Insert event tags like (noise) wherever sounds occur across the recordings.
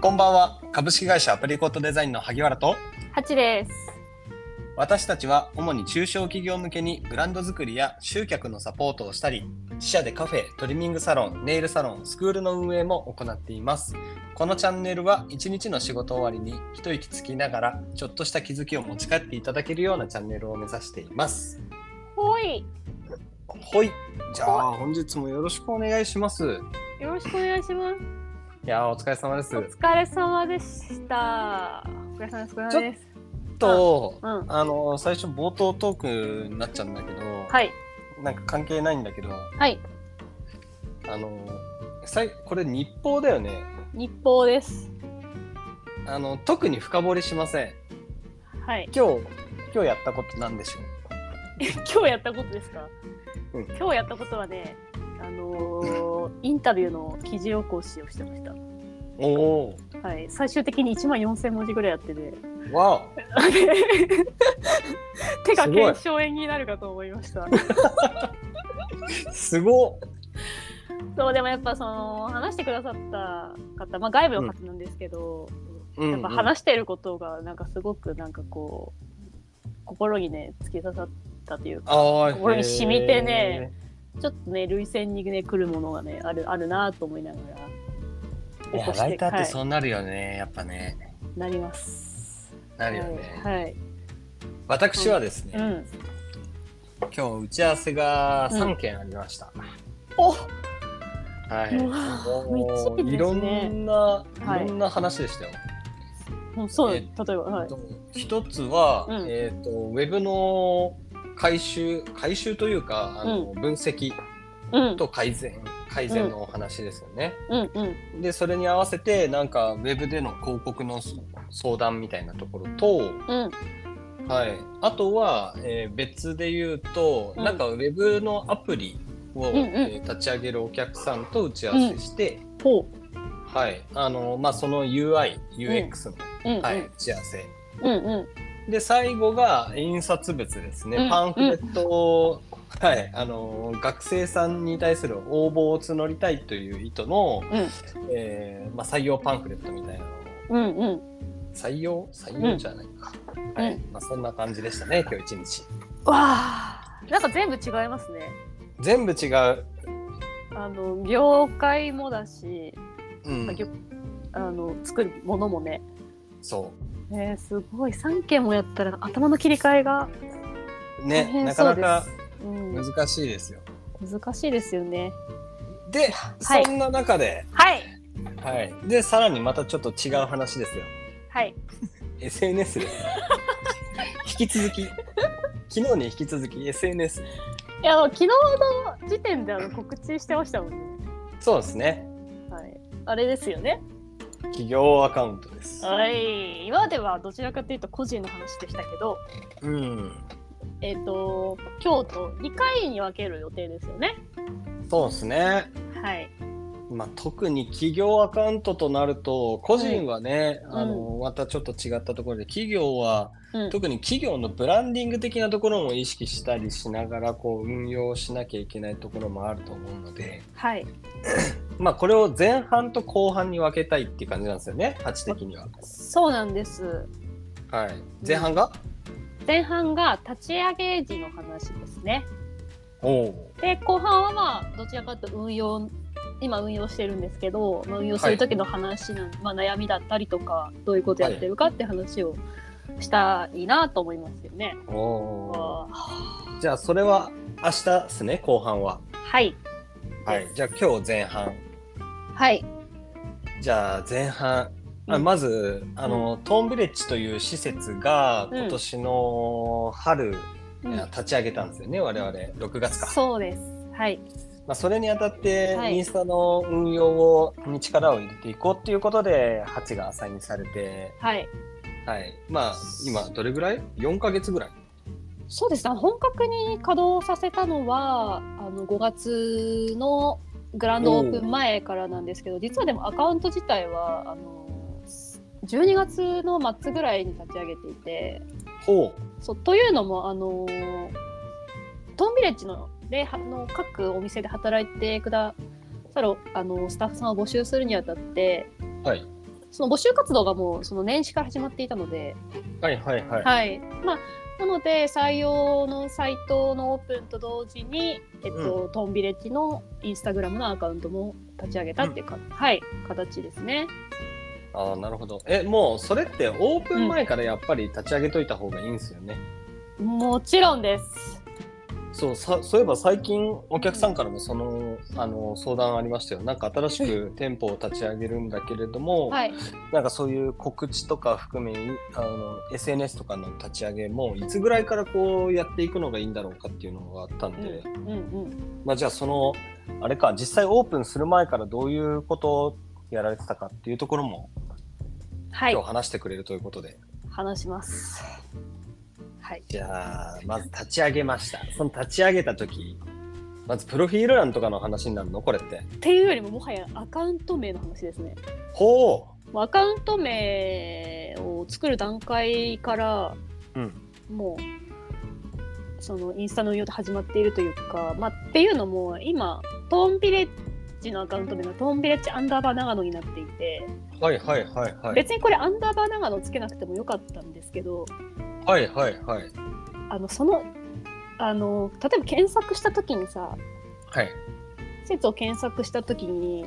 こんばんは株式会社アプリコットデザインの萩原と八です。私たちは主に中小企業向けにブランド作りや集客のサポートをしたり自社でカフェトリミングサロンネイルサロンスクールの運営も行っていますこのチャンネルは一日の仕事終わりに一息つきながらちょっとした気づきを持ち帰っていただけるようなチャンネルを目指していますほい、ほいじゃあ本日もよろしくお願いしますよろしくお願いします。いやーお疲れ様ですお疲れ様でした。お疲れ様です。お疲れ様です。と、うん。あの最初冒頭トークになっちゃうんだけど、はい。なんか関係ないんだけどはい。あのさいこれ日報だよね日報です。あの特に深掘りしませんはい。今日今日やったことなんでしょ今日やったことですか、うん今日やったことはね、あのーインタビューの記事起こしをしてました。うおはい。最終的に1万4000文字ぐらいやってて、おわ (laughs) 手が腱鞘炎になるかと思いま (laughs) した。おすごっそう、でもやっぱその、話してくださった方、まあ外部の方なんですけど、うんやっぱ話していることがなんかすごくなんかこう心にね突き刺さったというかあー心に染みてねちょっとね涙腺にね来るものがねあるあるなと思いながへーらいやライターってはそうなるよね、やっぱねい、なります。なるよね、はい、はい私はですね、うん。今日打ち合わせが3件ありました、おはいわあもうめっちゃいいですねいろんな、はいい、ろんな話でしたよ、もうそう、え例えば、はい。一つは、うんえっ、とウェブの回収回収というかあの、分析うん、と改善改善のお話ですよね。うん、うん、でそれに合わせてなんかウェブでの広告のそ相談みたいなところと、うん、はい、あとは、えー別で言うと、うんなんかウェブのアプリを、んうんえー立ち上げるお客さんと打ち合わせして、ほはいあのまあ、その UIUX の、う、うん、はい、打ち合わせうん、うん、で最後が印刷物ですね、うんパンフレットを、はいあの学生さんに対する応募を募りたいという意図の、うんえーまあ、採用パンフレットみたいなのをうん、うん、採用採用じゃないか、うんはいうんまあ、そんな感じでしたね今日一日わあ、なんか全部違いますね。全部違う、あの業界もだし、うんまあぎょあの作るものもね。そえー、すごい3件もやったら頭の切り替えがう大ね変なかそうなです、かうん、難しいですよ、難しいですよねで、はいそんな中で、はいはい、でさらにまたちょっと違う話ですよはい SNS (laughs) です引き続き昨日に引き続き SNS いや昨日の時点であの告知してましたもんね、そうですねはい、あれですよね企業アカウントですはい今まではどちらかというと個人の話でしたけどうんえっ、と今日と2回に分ける予定ですよねそうですねはいまあ、特に企業アカウントとなると個人はね、はいあのまたちょっと違ったところで企業は、うん特に企業のブランディング的なところも意識したりしながらこう運用しなきゃいけないところもあると思うので、はいまあ、これを前半と後半に分けたいっていう感じなんですよね価値的には。そうなんですはい、前半が、前半が立ち上げ時の話ですねおうで後半はまあどちらかというと運用今運用してるんですけど、まあ、運用する時の話なん、まあ、悩みだったりとかどういうことやってるかって話をしたいなと思いますよね。おあーうじゃあそれは明日ですね後半は。はい、はい、じゃあ今日前半はい、じゃあ前半あうんまず、あのトーンビレッジという施設がうん今年の春、うんいや立ち上げたんですよね我々6月か、そうです。はい、まあ、それにあたってはいインスタの運用をに力を入れていこうっていうことで8がアサインされて、はい、はい、まあ今どれぐらい ?4 ヶ月ぐらいそうですね。本格に稼働させたのはあの5月のグランドオープン前からなんですけど、実はでもアカウント自体はあの12月の末ぐらいに立ち上げていて。ほそうというのもあのートーンビレッジのではあの各お店で働いてくださるあのスタッフさんを募集するにあたってうはいその募集活動がもうその年始から始まっていたので、はいはいはい。はいまあ、なので採用のサイトのオープンと同時に、えっとトンビレッジのインスタグラムのアカウントも立ち上げたっていうか、はい、形ですね。ああ、なるほど。え、もうそれってオープン前からやっぱり立ち上げといた方がいいんですよね。もちろんです。そうさそういえば最近お客さんからもそのあの相談ありましたよなんか新しく店舗を立ち上げるんだけれども、はい、なんかそういう告知とか含めあの SNS とかの立ち上げもいつぐらいからこうやっていくのがいいんだろうかっていうのがあったんうんで、うんうん、まあ、じゃあそのあれか実際オープンする前からどういうことをやられてたかっていうところもはい今日話してくれるということで、話します。はい、じゃあまず立ち上げましたその立ち上げた時まずプロフィール欄とかの話になるのこれって。っていうよりももはやアカウント名の話ですね。ほうもうアカウント名を作る段階から、うんもうそのインスタの運用で始まっているというか、まあ、っていうのも今トーンビレッジのアカウント名がトーンビレッジアンダーバー長野になっていて、はいはいはいはい。別にこれアンダーバー長野つけなくてもよかったんですけどはいはいはい。あのそのあの例えば検索した時にさはい。施設を検索した時に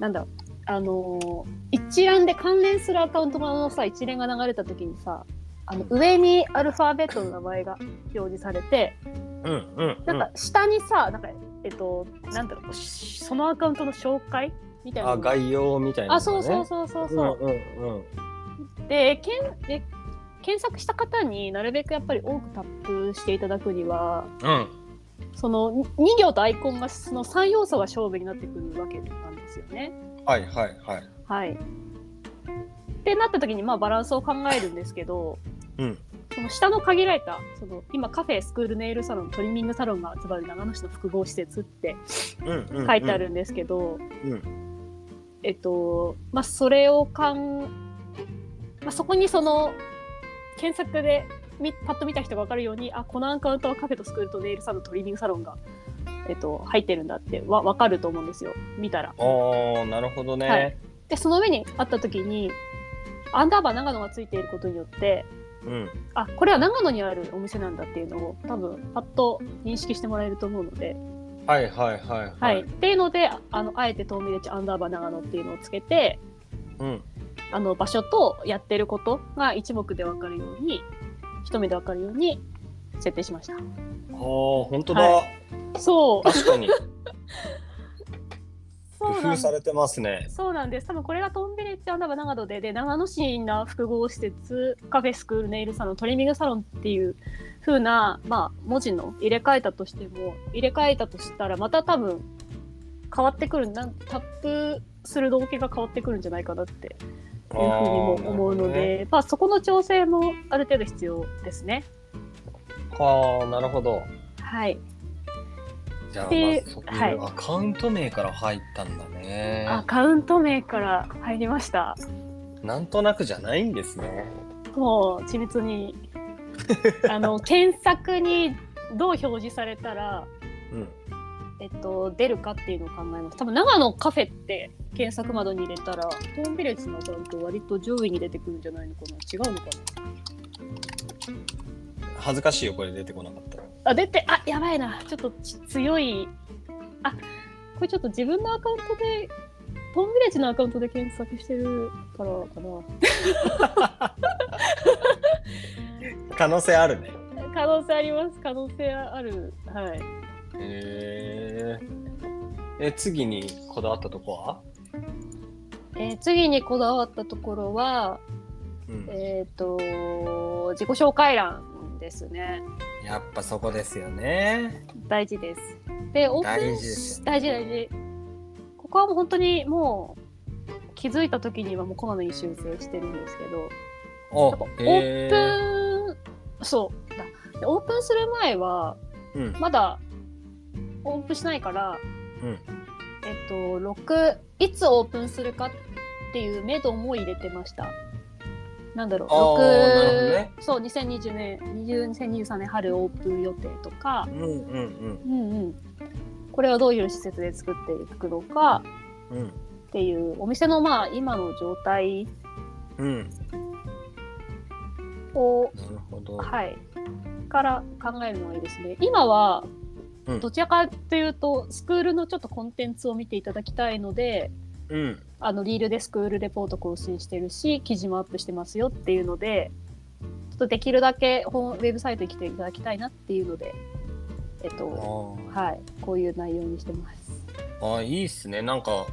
なんだろうあのー一覧で関連するアカウントのさ一連が流れた時にさあの上にアルファベットの名前が表示されてうんうん、なんか下にさなんかえっとなんだろうしそのアカウントの紹介みたいなあ、のが概要みたいな、ね。あそうそうそうそうそう、うんうんうん。でけんで検索した方になるべくやっぱり多くタップしていただくにはうん。その2行とアイコンがその3要素が勝負になってくるわけなんですよね。はいはいはい。はい。ってなった時にまあバランスを考えるんですけど、うん。その下の限られた、その今カフェ、スクール、ネイルサロン、トリミングサロンが集まる長野市の複合施設ってうんうん、書いてあ。るんですけど、うんうえっと、まあそれをかん、まあそこにその検索でみパッと見た人がわかるように、あ、このアカウントはカフェとスクールとネイルサロン、トリミングサロンが、えっと、入ってるんだってわわかると思うんですよ、見たら。ああ、なるほどね。はいでその上にあった時にアンダーバー長野がついていることによってうん。あこれは長野にあるお店なんだっていうのを多分パッと認識してもらえると思うので、はいはいはいははいい。っていうのでああのあえてトーミレッジアンダーバー長野っていうのをつけてうん。あの場所とやってることが一目で分かるように一目で分かるように設定しましたああ、本当だ、はそう確かに。そ工うなん夫ですされてます (laughs) ね。そうなんです多分これがトンビレッジアンダーバー長野でで長野市な複合施設カフェスクールネイルサロントリミングサロンっていう風なまあ、文字の入れ替えたとしても入れ替えたとしたらまた多分変わってくるなんタップする動機が変わってくるんじゃないかなっていうあふうにもー思うの。で、まあ、そこの調整もある程度必要ですね。ああ、なるほど。はい、じゃあ、まであ、そこはでアいカウント名から入ったんだね。アカウント名から入りました。なんとなくじゃないんですね。もう緻密に (laughs) あの検索にどう表示されたら、うん。えっと、出るかっていうのを考えます多分長野カフェって検索窓に入れたらホームビレッジのアカウント割と上位に出てくるんじゃないのかな違うのか恥ずかしいよ、これ出てこなかったら。なあ出てあやばいなちょっとち強いあこれちょっと自分のアカウントでホームビレッジのアカウントで検索してるからかな可能性あるね。可能性あります可能性あるはいへえ。え、次にこだわったとこはえー次にこだわったところはうんえっ、と自己紹介欄ですねやっぱそこですよね。大事ですでオープ大ン事ですよ大事大事ここはもう本当にもう気づいた時にはもうこまめに修正してるんですけどおやっぱオーへープンそうだでオープンする前はうんまだオープンしないからうん。えっと6いつオープンするかっていう目処も入れてましたなんだろうあーなるほど6、ねそう2020年20 2023年春オープン予定とかうんうんうんうんこれはどういう施設で作っていくのかうんうん。っていうお店のまあ今の状態うん。をなるほど。はい、から考えるのがいいですね。今はうんどちらかというと、スクールのちょっとコンテンツを見ていただきたいのでうん。あのリールでスクールレポート更新してるし記事もアップしてますよっていうのでちょっとできるだけホームウェブサイトに来ていただきたいなっていうので、えっあとーはい、こういう内容にしてます。あー、いいっすね。なんか、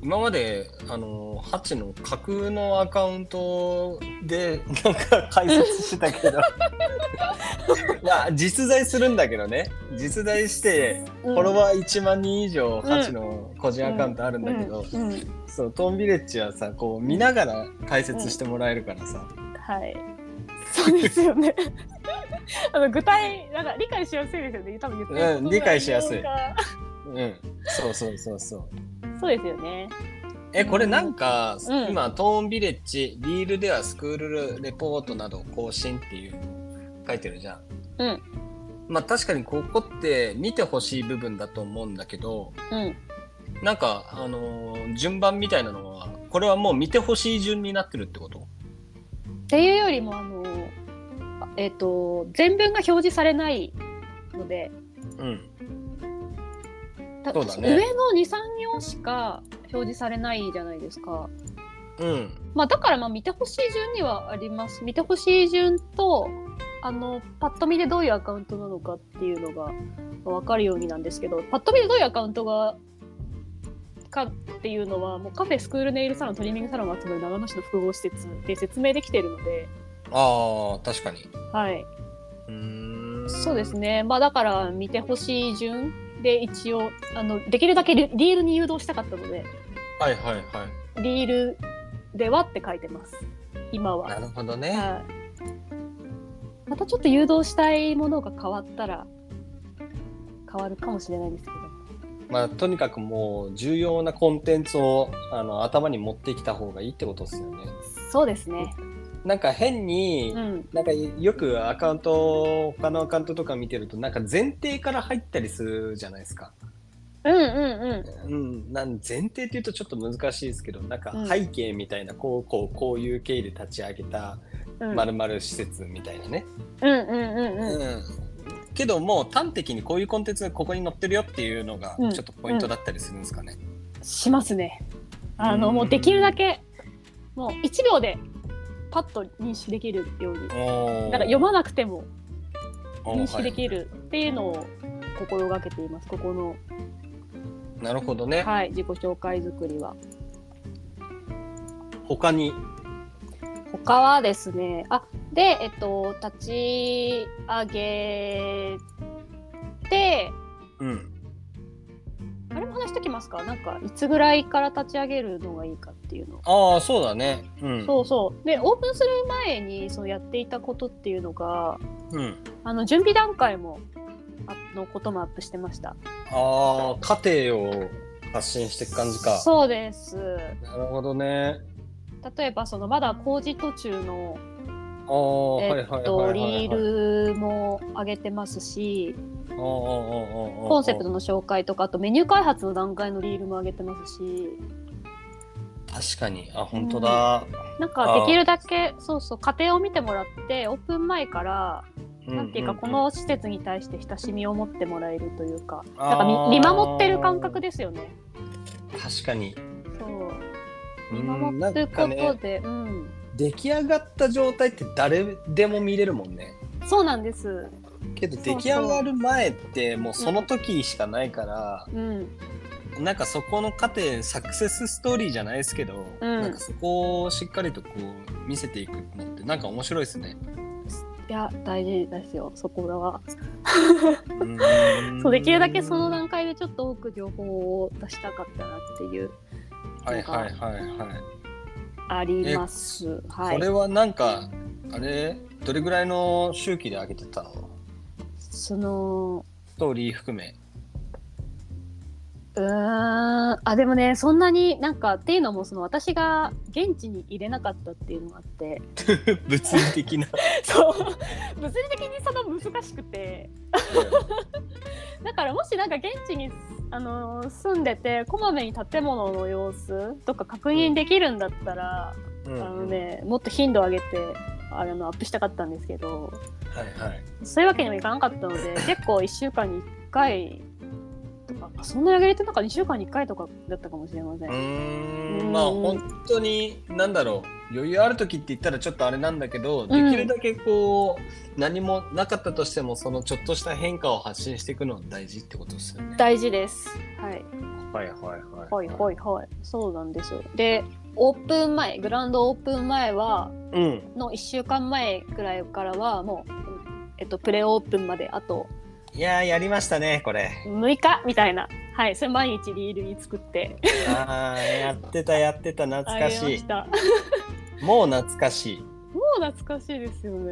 今まで、あの、ハチの架空のアカウントで、なんか解説してた (laughs) けど。まあ、実在するんだけどね。実在して、フフォロワー1万人以上、んハチの個人アカウントあるんだけど、うんうんそう、トーンビレッジはさ、こう、見ながら解説してもらえるからさ。はい。そうですよね。 (laughs) あの具体なんか理解しやすいですよね。多分言ってることうんが理解しやすい内容がうん。そうそうそうそう。そうですよね。えこれなんか、うん今トーンビレッジリールではスクールレポートなど更新っていう書いてるじゃん。うんまあ確かにここって見てほしい部分だと思うんだけどうん。なんかあのー順番みたいなのはこれはもう見てほしい順になってるってことっていうよりもあのあえっ、と全文が表示されないので、うん。たそうだね上の二三行しか表示されないじゃないですか。うん。まあだからまあ見てほしい順にはあります。見てほしい順とあのパッと見でどういうアカウントなのかっていうのが分かるようになんですけど、パッと見でどういうアカウントがかっていうのはもうカフェスクールネイルサロントリミングサロンが集まる長野市の複合施設で説明できているので、ああ確かに。はい。うーん。そうです。ね、まあ、だから見てほしい順で一応あのできるだけリリールに誘導したかったのではいはいはい。リールではって書いてます今は。なるほどね。はいまたちょっと誘導したいものが変わったら変わるかもしれないですけど。まあとにかくもう重要なコンテンツをあの頭に持ってきた方がいいってことですよね。そうですね。なんか変に、うん。なんかよくアカウント他のアカウントとか見てるとなんか前提から入ったりするじゃないですか。うんうんうん、なん前提っていうとちょっと難しいですけどなんかうん背景みたいな、こうこうこういう経緯で立ち上げたうん。うんまるまる施設みたいなね。うんうんうんううん。んけどもう端的にこういうコンテンツがここに載ってるよっていうのがうんちょっとポイントだったりするんですかね。しますね。あのうんもうできるだけもう1秒でパッと認識できるように。おーだから読まなくてもおー認識できはるっていうのを心がけています、ここの、いなるほどね、はい、自己紹介作りは。他に他はですね、あで、えっと、立ち上げて、うんあれも話してきますか、なんかいつぐらいから立ち上げるのがいいかっていうの。ああそうだねうんそうそうでオープンする前にそうやっていたことっていうのがうんあの準備段階もあのこともアップしてましたああ、家庭を発信していく感じか。そうですなるほどね。例えばそのまだ工事途中のああ、はいえはいはっいはと、いはい。リールも上げてますし、ココンセプトの紹介とか、あとメニュー開発の段階のリールも上げてますし、確かに。あ、本当だ。なんあかーできるだけ、そうそう、家庭を見てもらって、オープン前から、なんていうか、この施設に対して親しみを持ってもらえるというか、あーなんか見見守ってる感覚ですよね。確かに。そう。う見ん守なるんこかとね、で、うん。出来上がった状態って誰でも見れるもんね。そうなんです。けどそう出来上がる前ってもうその時しかないから、うん。なんかそこの過程サクセスストーリーじゃないですけど、うんなんかそこをしっかりとこう見せていくのってなんか面白いですね。いや、大事ですよ、そこらは。うんそうできるだけその段階でちょっと多く情報を出したかったなっていうはいはいはいはい。あります。はこれい。はなんかあれどれぐらいの周期で上げてたの？そのストーリー含め。うーんあでもねそんなになんかっていうのもその私が現地に入れなかったっていうのが (laughs) あって (laughs) 物理的な。そう物 (laughs) 理的にその難しくてだからもしなんか現地にあの住んでてこまめに建物の様子とか確認できるんだったら、うんあのね、もっと頻度上げてあれのアップしたかったんですけどはいはいそういうわけにもいかなかったの (laughs) で結構1週間に1回とかそんなに上げれてなんか2週間に1回とかだったかもしれません。うーうんんまあ本当に何だろう余裕ある時って言ったらちょっとあれなんだけど、できるだけこう何もなかったとしてもそのちょっとした変化を発信していくのは大事ってことですよね。大事です。はい、はいはいはい。はい、はい、はい、そうなんですよ。で、オープン前、グランドオープン前は、うん。の1週間前くらいからはもう、えっと、プレオープンまであといやーやりましたねこれ。 6日みたいな、はい、それ毎日リールに作ってあーやってたやってた懐あかげましした。もい。もう懐かしい。う懐かしいですよね。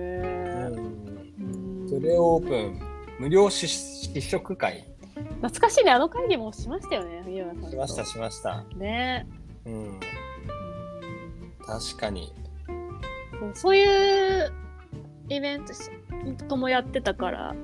うんプレオープン無料試試食会懐かしいね、あの会議もしましたよね、杉浦さんと。しましたしました。ね。うん。確かに。そうそういうイベントしともやってたから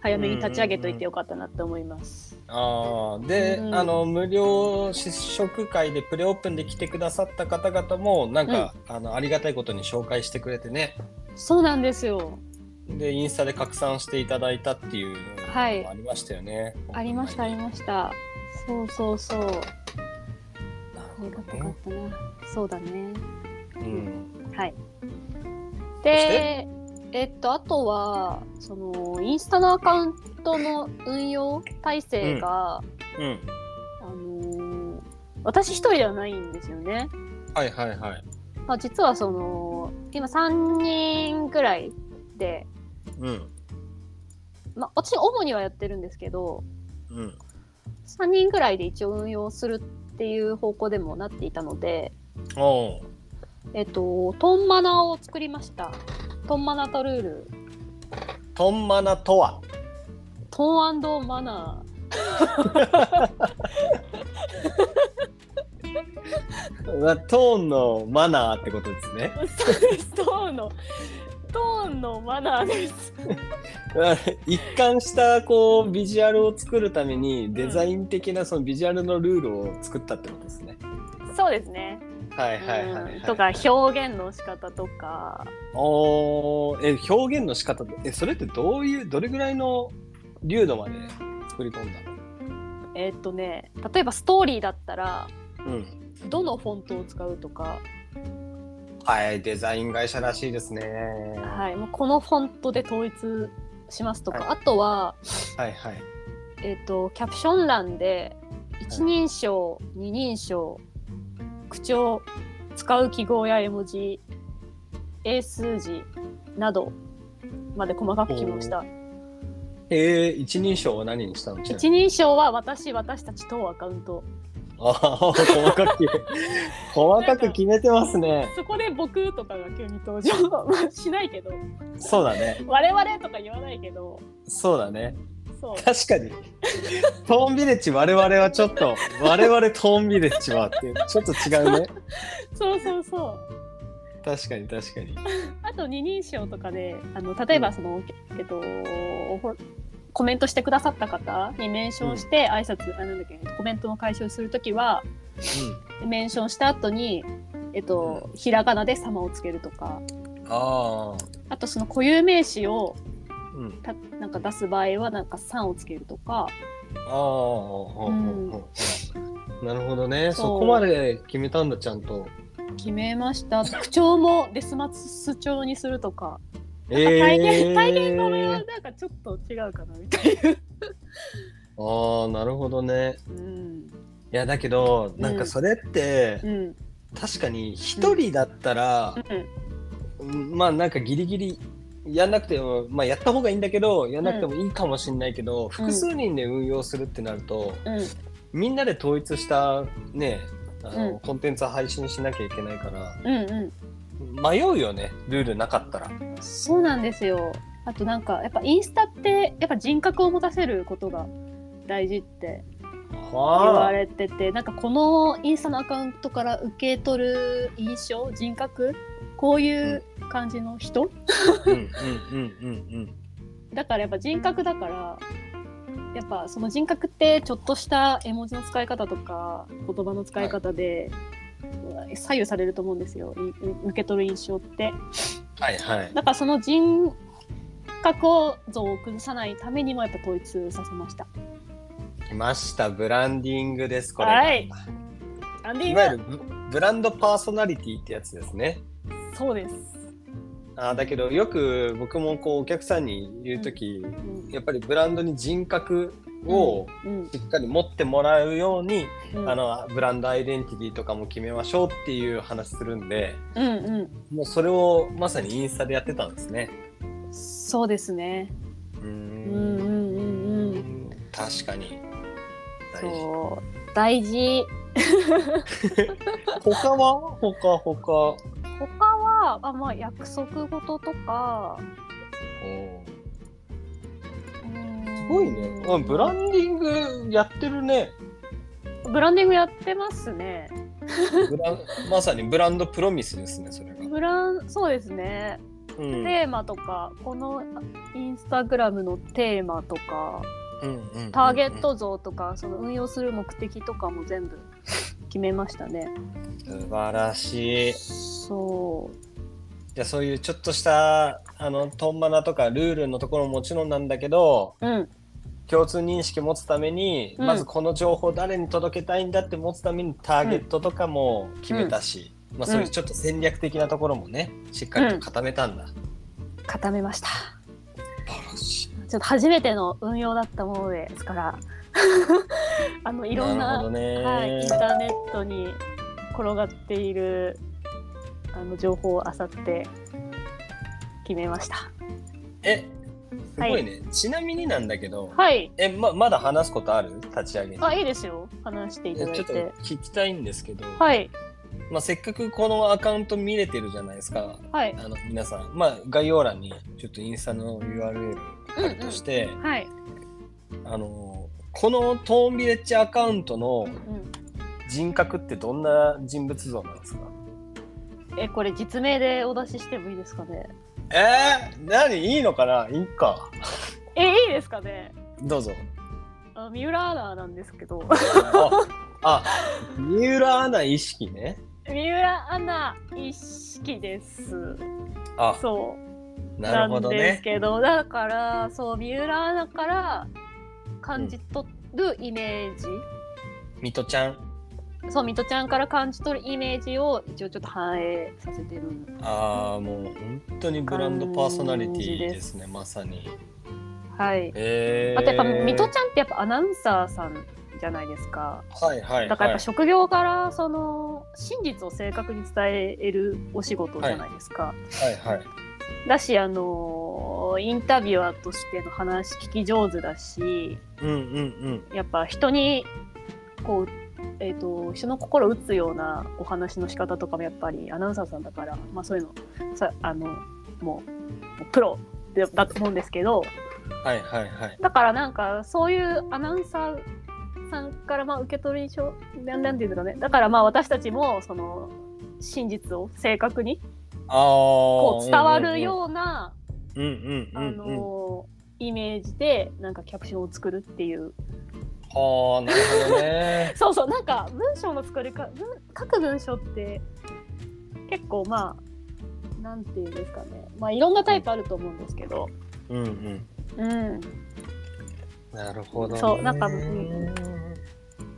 早めに立ち上げといてよかったなって思います。ああで、うんあの無料試食会でプレオープンで来てくださった方々もなんか、あのありがたいことに紹介してくれてねそうなんですよ。でインスタで拡散していただいたっていうはいのもありましたよね。ありましたありました。そうそうそう。あなるほりがどたかっねたな。そうだね。うんはい。そで、えっとあとはそのインスタのアカウントの運用体制が、うんあのー私一人ではないんですよね。はいはいはい。まあ、実はその今3人ぐらいでうんまあ、私主にはやってるんですけどうん3人ぐらいで一応運用するっていう方向でもなっていたので、おーえっと、トンマナを作りましたトンマナとルールトンマナとはトンマナーまトーンのマナーってことですね。 (laughs) そうです (laughs) トーンのトーンのマナーです一貫したこうビジュアルを作るためにデザイン的なそのビジュアルのルールを作ったってことですね。そうですね、はいはいはい、はいうんとか表現の仕方とかおーえ表現の仕方えそれってどういうどれぐらいの流度まで作り込んだえっとね例えばストーリーだったらの、うん、どのフォントを使うとか、はいデザイン会社らしいですね。はい、もうこのフォントで統一しますとか、はいあとははいはい。えっとキャプション欄で一人称、二人称口調使う記号や絵文字英数字などまで細かく記号したえー、一人称は何にしたのちなみに一人称は私私たち当アカウントあー細かく細かく決めてますね。そこで僕とかが急に登 (laughs) 場まあしないけどそうだね我々とか言わないけどそうだね。そう確かに。トーンビレッジ我々はちょっと、我々トーンビレッジはって、ちょっと違うね。そうそうそう確かに確かに。あと二人称とかであの例えばその、えっとほコメントしてくださった方にメンションして挨拶、あなんだっけコメントの解消するときはメンションした後にえっと、ひらがなで様をつけるとかうん。ああ。あとその固有名詞をうん。たなんか出す場合はなんか「さん」をつけるとかああ、うんなるほどね。そそうこまで決めたんだ、ちゃんと。決めましたあと口調もデスマス調にするとかえ体言ー体言語はなんかちょっと違うかなみたいな。ああ、なるほどね。うんいや、だけど、なんかそれって、うんうん確かに一人だったら、うんまあなんかギリギリやんなくても、まあ、やった方がいいんだけどやんなくてもいいかもしれないけど、複数人で運用するってなると、うんみんなで統一したねあの、うんコンテンツを配信しなきゃいけないからうんうん迷うよねルールなかったら。そうなんですよ。あとなんかやっぱインスタってやっぱ人格を持たせることが大事って言われててなんかこのインスタのアカウントから受け取る印象人格こういう感じの人、うんうんうんうんだからやっぱ人格だからやっぱその人格ってちょっとした絵文字の使い方とか言葉の使い方で、左右されると思うんですよい受け取る印象って。はいはい。だからその人格を像を崩さないためにもやっぱ統一させました。来ました、ブランディングです、これが。はい。アンディいわゆるブブランドパーソナリティってやつですね。そうです。あーだけどよく僕もこうお客さんに言う時、うんやっぱりブランドに人格をうんしっかり持ってもらうように、うん、あのブランドアイデンティティとかも決めましょうっていう話するんでうんうもうそれをまさにインスタでやってたんですね。んそうですね。うーうんうんんうんうん。確かに大事そう大事。他は他他お他はあまあ約束事とか。ーすすごいね、うん、ブランディングやってるねブランディングやってますね。ブ (laughs) ランまさにブランドプロミスですねそれが、ブランそうですね。うん、うんテーマとかこのインスタグラムのテーマとかうんうんターゲット像とかその運用する目的とかも全部決めましたね。素晴らしいそうじゃあそういうちょっとしたあのトンマナとかルールのところももちろんなんだけどうん共通認識持つために、うんまずこの情報誰に届けたいんだって持つためにターゲットとかも決めたし、まあ、そういうちょっと戦略的なところもねしっかりと固めたんだ、固めました。素晴らしいちょっと初めての運用だったものですから (laughs) あのいろんなるほどね、はい、インターネットに転がっているあの情報を漁って決めました。えすごいね、ちなみになんだけど、はい。えままだ話すことある立ち上げにあ、いいですよ。話していただちょいっとて。聞きたいんですけど、はい。まあ、せっかくこのアカウント見れてるじゃないですかはい。あの皆さん、まあ、概要欄にちょっとインスタの URL 貼るとして、はい。あのこのトーンビレッジアカウントのうん。人格ってどんな人物像なんですかえ、これ実名でお出ししてもいいですかね。えー、何いいのかないいかえ、いいですかね。どう (laughs) ぞあ、三浦アナなんです (laughs) けど。ああ三浦アナ意識ね三浦アナ一識です。あそう。ななるほんどですねけどだからそう三浦アナから感じ取るイメージ、ミトちゃんそうミトちゃんから感じ取るイメージを一応ちょっと反映させてるああもう本当にブランドパーソナリティですねまさにはい、えー、あとやっぱミトちゃんってやっぱアナウンサーさんじゃないですかはいはい、はい、だからやっぱ職業からその真実を正確に伝えるお仕事じゃないですか、はいはいだしあのーインタビュアーとしての話聞き上手だしうんうんやっぱ人にこう、えー、と人の心を打つようなお話の仕方とかもやっぱりアナウンサーさんだから、まあ、そういうのさあのもうもうプロでだと思うんですけどうんはいはいはいだからなんかそういうアナウンサーさんからまあ受け取る印象なんなんていうんですかねだからまあ私たちもその真実を正確にあここう伝わるような、うんうんうんうんあうんのイメージでなんかキャプションを作るっていうあーなるほど (laughs) ねそうそうなんか文章の作りか文書く文章って結構まあなんていうんですかねまあいろんなタイプあると思うんですけど、うんうんうん、なるほどねそうなんかうん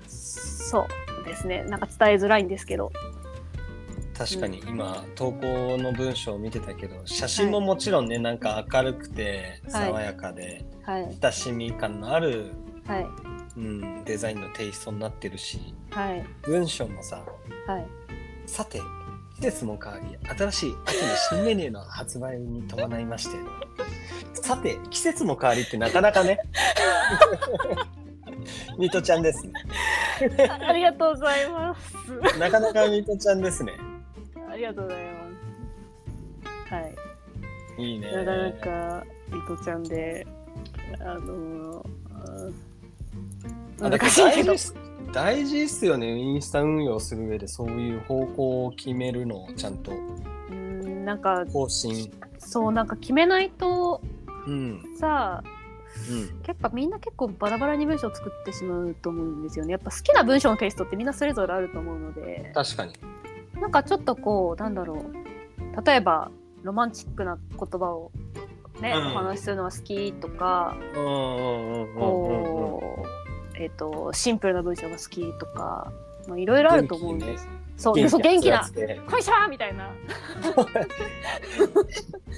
そうですねなんか伝えづらいんですけど確かに今投稿の文章を見てたけど写真ももちろんね、なんか明るくてはい爽やかではい親しみ感のある、はいうん、デザインのテイストになってるしはい文章もさはいさて季節も変わり新しい秋の新メニューの発売に伴いましてさて季節も変わりってなかなかね (laughs) ミトちゃんですねあありがとうございますなかなかミトちゃんですねありがとうございますはいいいねなかなかリトちゃんであのーああーだか難らしいけ大事どっす大事っすよねインスタ運用する上でそういう方向を決めるのをちゃんとうんなんか更新そうなんか決めないとうんさあうんやっぱみんな結構バラバラに文章を作ってしまうと思うんですよねやっぱ好きな文章のテイストってみんなそれぞれあると思うので確かに。なんかちょっとこうなんだろう例えばロマンチックな言葉をね、うんお話しするのは好きとか、うんうんうんうんうん。こうえっ、とシンプルな文章が好きとかまあいろいろあると思うんです、そうそう元気な元気なやつで「こいしゃ!」みたいな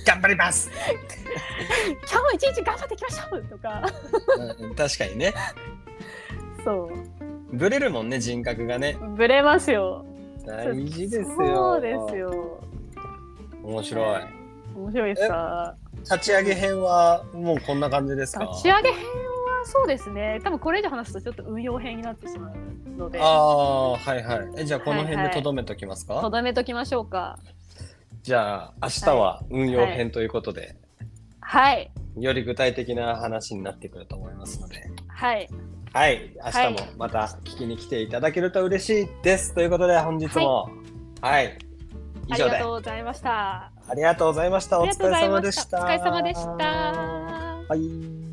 頑張ります。 「今日も一日頑張っていきましょう!」とかうん確かにね。そブレるもんね人格がね。うブレますよ大事ですよ。そうです。よ面白い。面白いですか立ち上げ編はもうこんな感じですか。立ち上げ編はそうですね多分これ以上話すとちょっと運用編になってしまうのでああはいはい。えじゃあこのはい辺はでいとどめときますか。とどめときましょうかじゃあ明日は運用編ということで、はいより具体的な話になってくると思いますので。はいはい、明日もまた聞きに来ていただけると嬉しいです。ということで本日もはい、以あり上がでとうございましたありがとうございました。あおりが疲とれうござい様までししたた。お疲れ様でしたはい。